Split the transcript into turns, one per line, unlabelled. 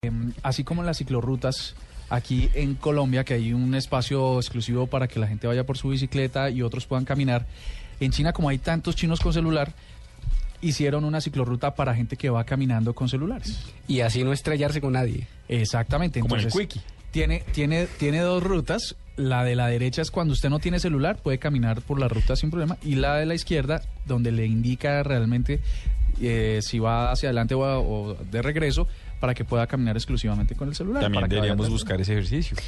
Em, Así como en las ciclorrutas, aquí en Colombia, que hay un espacio exclusivo para que la gente vaya por su bicicleta y otros puedan caminar, en China, como hay tantos chinos con celular, hicieron una ciclorruta para gente que va caminando con celulares.
y así no estrellarse con nadie.
Exactamente.
Como en el
entonces,
Quickie.
Tiene, tiene, tiene dos rutas. La de la derecha es cuando usted no tiene celular, puede caminar por la ruta sin problema. Y la de la izquierda, donde le indica realmente eh, si va hacia adelante o, a- o de regreso, para que pueda caminar exclusivamente con el celular.
También
para que vaya
deberíamos
tranquilo.
buscar ese ejercicio.